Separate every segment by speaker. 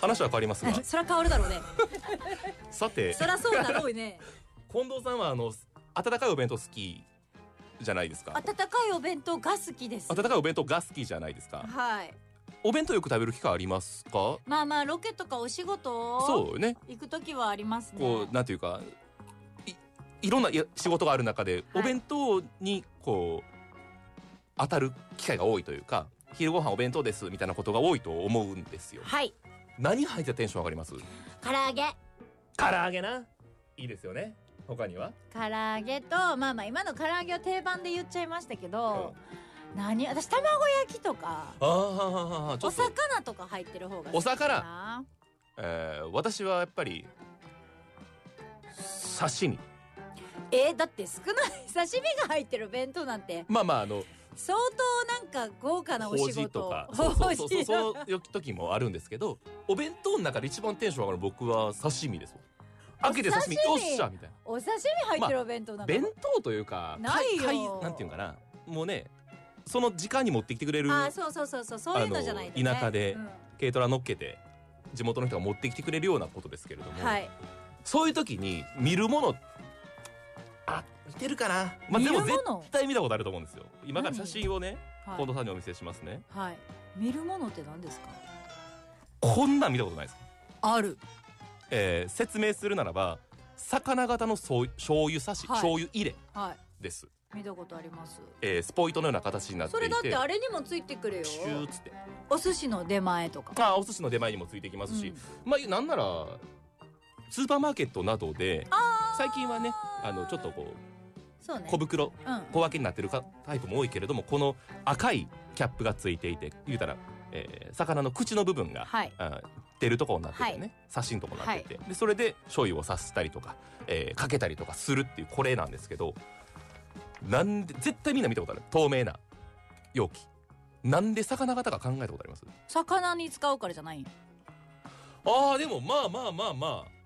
Speaker 1: 話は変わりますが
Speaker 2: そら変わるだろ うね
Speaker 1: さて
Speaker 2: そらそうだろうね
Speaker 1: 近藤さんはあの温かいお弁当好きじゃないですか
Speaker 2: 温かいお弁当が好きです
Speaker 1: 温かいお弁当が好きじゃないですか
Speaker 2: はい
Speaker 1: お弁当よく食べる機会ありますか
Speaker 2: まあまあロケとかお仕事
Speaker 1: そうよね
Speaker 2: 行く時はありますね
Speaker 1: こうなんていうかいいろんないや仕事がある中で
Speaker 2: はい
Speaker 1: お弁当にこう当たる機会が多いというか昼ご飯お弁当ですみたいなことが多いと思うんですよ
Speaker 2: はい
Speaker 1: 何入ってたらテンション上がります
Speaker 2: 唐揚げ
Speaker 1: 唐揚げないいですよね他には
Speaker 2: 唐揚げとまあまあ今の唐揚げは定番で言っちゃいましたけど、何私卵焼きとか
Speaker 1: ああちょっと
Speaker 2: お魚とか入ってる方が好き
Speaker 1: お
Speaker 2: か
Speaker 1: 魚
Speaker 2: な
Speaker 1: えー私はやっぱり刺身
Speaker 2: えー、だって少ない刺身が入ってる弁当なんて
Speaker 1: まあまああの
Speaker 2: 相当なんか豪華なお
Speaker 1: ほう
Speaker 2: 仕
Speaker 1: じと
Speaker 2: 事
Speaker 1: かそう
Speaker 2: ほ
Speaker 1: そううそうそう
Speaker 2: じ
Speaker 1: そういう時もあるんですけどお弁当の中で一番テンション上がる僕は刺身ですわ開けて刺身
Speaker 2: お
Speaker 1: よっ
Speaker 2: 刺身
Speaker 1: しゃみたい
Speaker 2: お刺身入ってるお弁当な
Speaker 1: なん
Speaker 2: か、
Speaker 1: 弁当というか
Speaker 2: ないよ
Speaker 1: かいなんていうんかなもうねその時間に持ってきてくれる
Speaker 2: あーそうそうそうそうそういうのじゃないと、ね、
Speaker 1: あの田舎で
Speaker 2: うん
Speaker 1: 軽トラ乗っけて地元の人が持ってきてくれるようなことですけれども、
Speaker 2: はい
Speaker 1: そういう時に見るものあ見てるかな、まあ、
Speaker 2: 見
Speaker 1: で
Speaker 2: るも
Speaker 1: も
Speaker 2: の
Speaker 1: 絶対見たことあると思うんですよ今から
Speaker 2: 何
Speaker 1: 写真をね
Speaker 2: は
Speaker 1: 近
Speaker 2: い、
Speaker 1: 藤さんにお見せしますね
Speaker 2: はい、見るものって何ですか
Speaker 1: こんなん見たことないです
Speaker 2: ある
Speaker 1: えー説明するならば魚型のそう醤油差し、
Speaker 2: はい
Speaker 1: 醤油入れ
Speaker 2: は
Speaker 1: です、
Speaker 2: い見たことあります
Speaker 1: えースポイトのような形になってい
Speaker 2: そ
Speaker 1: て
Speaker 2: れだってあれにもついてくるよ
Speaker 1: シューッつって
Speaker 2: お寿司の出前とか
Speaker 1: まあお寿司の出前にもついてきますし、まあなんならスーパーマーケットなどで最近はねあのちょっとこう
Speaker 2: そうね
Speaker 1: 小袋
Speaker 2: うんは
Speaker 1: 小分けになってるかタイプも多いけれどもこの赤いキャップがついていて言うたら、えー魚の口の部分が、
Speaker 2: い
Speaker 1: あ出るとこになっててね、刺しんとこになってて、でそれで醤油をさしたりとか、えーかけたりとかするっていうこれなんですけどなんで絶対みんな見たことある透明な容器なんで魚型か考えたことあります
Speaker 2: 魚に使うからじゃないん
Speaker 1: あーでもまあまあまあまあ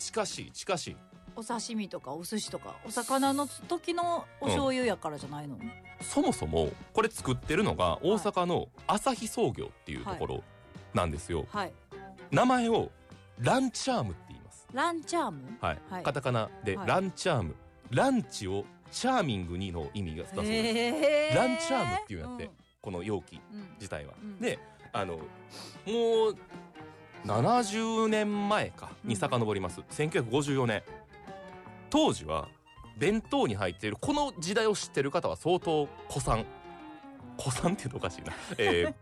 Speaker 1: 近しい近しい
Speaker 2: お刺身とかお寿司とかお魚の時のお醤油やからじゃないの、
Speaker 1: そもそもこれ作ってるのが大阪の朝日創業っていうところなんですよ、
Speaker 2: はい
Speaker 1: 名前をランチャームって言います
Speaker 2: ランチャーム
Speaker 1: はい、
Speaker 2: はい
Speaker 1: カタカナで
Speaker 2: はい
Speaker 1: ランチャーム、ランチをチャーミングにの意味がだそうです、
Speaker 2: へー
Speaker 1: ランチャームっていうんやってこの容器
Speaker 2: うんうん
Speaker 1: 自体は、
Speaker 2: うん
Speaker 1: であのもう70年前かに遡ります、1954年当時は弁当に入っているこの時代を知ってる方は相当古参古参っていうとおかしいな、えー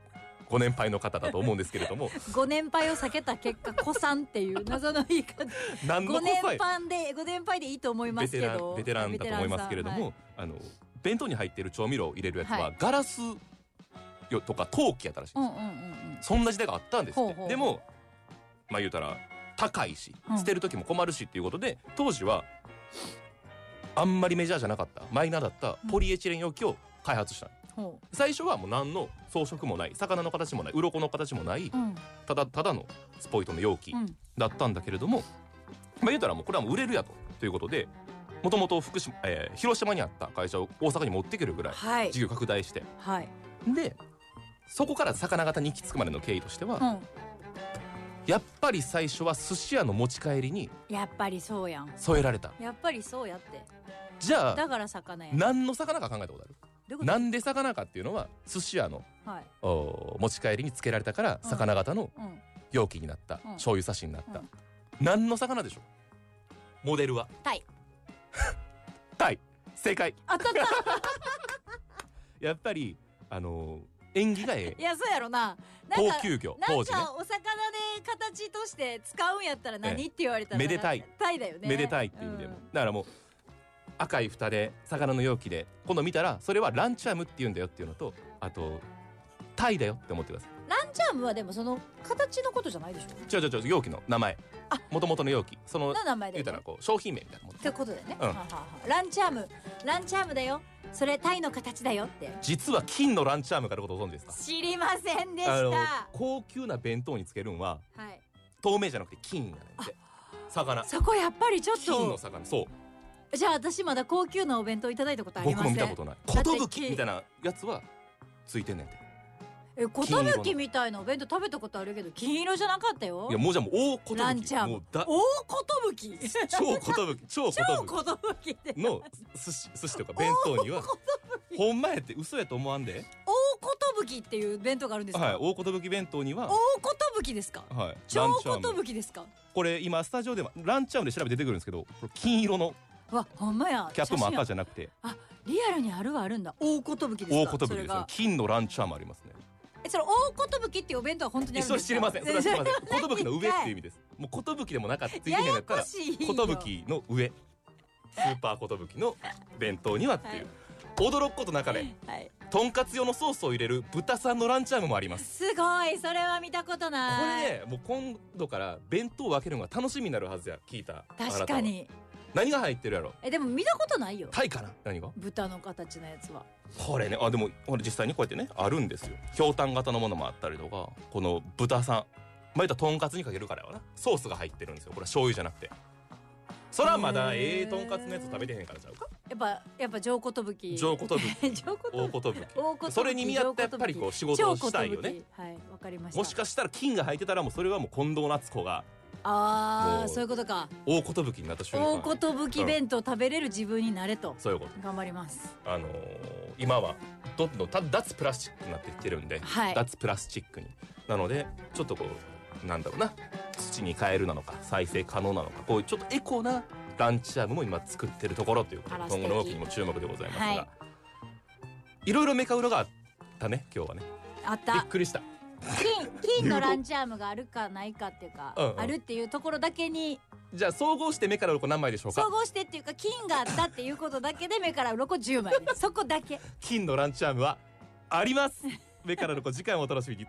Speaker 1: ご年配の方だと思うんですけれど も
Speaker 2: ご年配を避けた結果子さんっていう謎の言い方
Speaker 1: 何
Speaker 2: 五
Speaker 1: の古
Speaker 2: 年
Speaker 1: 参い
Speaker 2: 半で五年配でいいと思いま
Speaker 1: ベ
Speaker 2: すけ
Speaker 1: テラ
Speaker 2: ど
Speaker 1: ンベテランだと思いますけれども、
Speaker 2: ベテ
Speaker 1: あの弁当に入っている調味料を入れるやつは、
Speaker 2: はい
Speaker 1: ガラスよとか陶器やったらしいんで
Speaker 2: ラン
Speaker 1: す、
Speaker 2: さんはいうんうんうんうん
Speaker 1: そんな時代があったんですって
Speaker 2: ほうほう
Speaker 1: でもまあ言うたら高いし
Speaker 2: うん
Speaker 1: 捨てる時も困るしっていうことで、当時はあんまりメジャーじゃなかったマイナーだったポリエチレン容器を開発したの、
Speaker 2: ほ
Speaker 1: 最初はもう何の装飾もない魚の形もない鱗の形もないう
Speaker 2: うん
Speaker 1: ただただのスポイトの容器
Speaker 2: うん
Speaker 1: だったんだけれども、まあ、言うたらもうこれはもう売れるやとということでもともと福島、えー広島にあった会社を大阪に持ってくるぐらい
Speaker 2: はい
Speaker 1: 事業拡大して
Speaker 2: はい
Speaker 1: でそこから魚型に行き着くまでの経緯としては、
Speaker 2: うん
Speaker 1: やっぱり最初は寿司屋の持ち帰りに
Speaker 2: やっぱりそうやん
Speaker 1: 添えられた
Speaker 2: やっぱりそうやって
Speaker 1: じゃあ
Speaker 2: だから魚やんど
Speaker 1: 何の魚か考えたことある
Speaker 2: ういうこと
Speaker 1: なんで魚かっていうのは寿司屋の
Speaker 2: はい
Speaker 1: お持ち帰りにつけられたから
Speaker 2: うん
Speaker 1: 魚型の
Speaker 2: うん
Speaker 1: 容器になった、
Speaker 2: うん
Speaker 1: 醤油差しになった、
Speaker 2: うん
Speaker 1: 何の魚でしょうモデルは
Speaker 2: タイ
Speaker 1: タイ正解
Speaker 2: 当 たった
Speaker 1: やっぱりあの縁起がえ
Speaker 2: いやそうやろな
Speaker 1: え
Speaker 2: なんか
Speaker 1: 高級魚
Speaker 2: なん
Speaker 1: 当時ね
Speaker 2: かお魚で形として使うんやったら
Speaker 1: ええ
Speaker 2: 何って言われたら
Speaker 1: めでたい
Speaker 2: タイだよね
Speaker 1: めでたいっていう意味でも、
Speaker 2: ん
Speaker 1: だからもう赤い蓋で魚の容器で今度見たらそれはランチャムって言うんだよっていうのとあとタイだよって思ってください
Speaker 2: ランチチャームはでもその形のことじゃないでし
Speaker 1: 違
Speaker 2: ょ
Speaker 1: う違う違う容器の名前
Speaker 2: あ
Speaker 1: もともとの容器その
Speaker 2: の名前
Speaker 1: 言
Speaker 2: で
Speaker 1: うた
Speaker 2: ね
Speaker 1: らこう商品名みたいなもん
Speaker 2: ってことだよね、
Speaker 1: うん
Speaker 2: はあはあはあランチャームランチャームだよそれタイの形だよって
Speaker 1: 実は金のランチャームがあることをご存知ですか
Speaker 2: 知りませんでした
Speaker 1: あの
Speaker 2: は
Speaker 1: 高級な弁当につけるんはい透明じゃなくて金やねんて魚
Speaker 2: そこやっぱりちょっ
Speaker 1: 金の
Speaker 2: と
Speaker 1: 魚そう
Speaker 2: じゃあ私まだ高級なお弁当いただいたことあり
Speaker 1: 僕も
Speaker 2: ません
Speaker 1: 見たことない
Speaker 2: だって
Speaker 1: 寿みたいなやつはついてんねんて
Speaker 2: え寿きみたいなお弁当食べたことあるけど金色じゃなかったよ
Speaker 1: いやもうじゃあもう大寿
Speaker 2: ランチャーム
Speaker 1: もうだ
Speaker 2: 大寿
Speaker 1: 超寿 超寿
Speaker 2: 超寿って
Speaker 1: の寿司寿司とか弁当にはほんまやって嘘やと思わんで
Speaker 2: 大寿っていう弁当があるんですか、
Speaker 1: はい大寿弁当には
Speaker 2: 大寿ですか
Speaker 1: はいラ
Speaker 2: 超
Speaker 1: ンチャーム
Speaker 2: 寿ですか
Speaker 1: これ今スタジオでもランチャームで調べて出てくるんですけどこれ金色の
Speaker 2: わほんまや
Speaker 1: キャップも赤
Speaker 2: 写真
Speaker 1: じゃなくて
Speaker 2: あリアルにあるはあるんだ大寿ですか
Speaker 1: 大寿です
Speaker 2: それ
Speaker 1: ね
Speaker 2: が
Speaker 1: 金のランチャームありますね
Speaker 2: えそれ大寿っていうお弁当は本当に
Speaker 1: え
Speaker 2: ある
Speaker 1: そ
Speaker 2: んで
Speaker 1: れ
Speaker 2: すか
Speaker 1: 知りません それは知りま
Speaker 2: え
Speaker 1: せん
Speaker 2: 何
Speaker 1: 寿の上っていう意味ですもう寿でもなかったついてへんやったら
Speaker 2: ややこしいよ
Speaker 1: 寿の上スーパー寿の弁当にはっていう驚くことなかれ
Speaker 2: はい、
Speaker 1: とんかつ用のソースを入れる豚さんのランチャームもあります
Speaker 2: すごいそれは見たこと
Speaker 1: こ
Speaker 2: ない
Speaker 1: れねもう今度から弁当を分けるのが楽しみになるはずや聞いたあなたは
Speaker 2: 確かに
Speaker 1: 何が入ってるやろ
Speaker 2: えでも見たことないよ
Speaker 1: タイかな何が
Speaker 2: 豚の形のやつは
Speaker 1: これねあでもほら実際にこうやってねあるんですよひょうたん型のものもあったりとかこの豚さんまあ、言ったらとんかつにかけるからやわなソースが入ってるんですよこれ醤油じゃなくてそらまだええとんかつのやつ食べてへんからちゃうか
Speaker 2: やっぱやっぱ上寿き
Speaker 1: 上寿
Speaker 2: 上寿
Speaker 1: 大寿
Speaker 2: 大寿
Speaker 1: それに見合ってやっぱりこう仕事をしたいよね
Speaker 2: 上寿はいわかりました
Speaker 1: もしかしたら金が入ってたらもうそれはもう近藤夏子が
Speaker 2: あ
Speaker 1: も
Speaker 2: あ
Speaker 1: う
Speaker 2: そういうことか
Speaker 1: 大寿になった瞬
Speaker 2: 大
Speaker 1: 間
Speaker 2: 寿弁当食べれる自分になれと
Speaker 1: そういうこと
Speaker 2: 頑張ります
Speaker 1: あのー今はどんどんた脱プラスチックになってきてるんで、
Speaker 2: はい
Speaker 1: 脱プラスチックになのでちょっとこうなんだろうな土に変えるなのか再生可能なのかこういうちょっとエコなランチアームも今作ってるところということ
Speaker 2: あ
Speaker 1: で
Speaker 2: ら
Speaker 1: 今後の
Speaker 2: 素
Speaker 1: 動
Speaker 2: 敵
Speaker 1: きにも注目でございますが、
Speaker 2: はい
Speaker 1: い、ろいろメカウロがあったね今日はね
Speaker 2: あっ
Speaker 1: びったくりした
Speaker 2: 金金のランチャームがあるかないかっていうか
Speaker 1: うんうん
Speaker 2: あるっていうところだけに
Speaker 1: じゃあ総合してメカウロ何枚でしょうか
Speaker 2: 総合してっていうか金があったっていうことだけで目から鱗10枚ですそこだけ
Speaker 1: 金のランチアームはありますメカロロコ次回もお楽しみに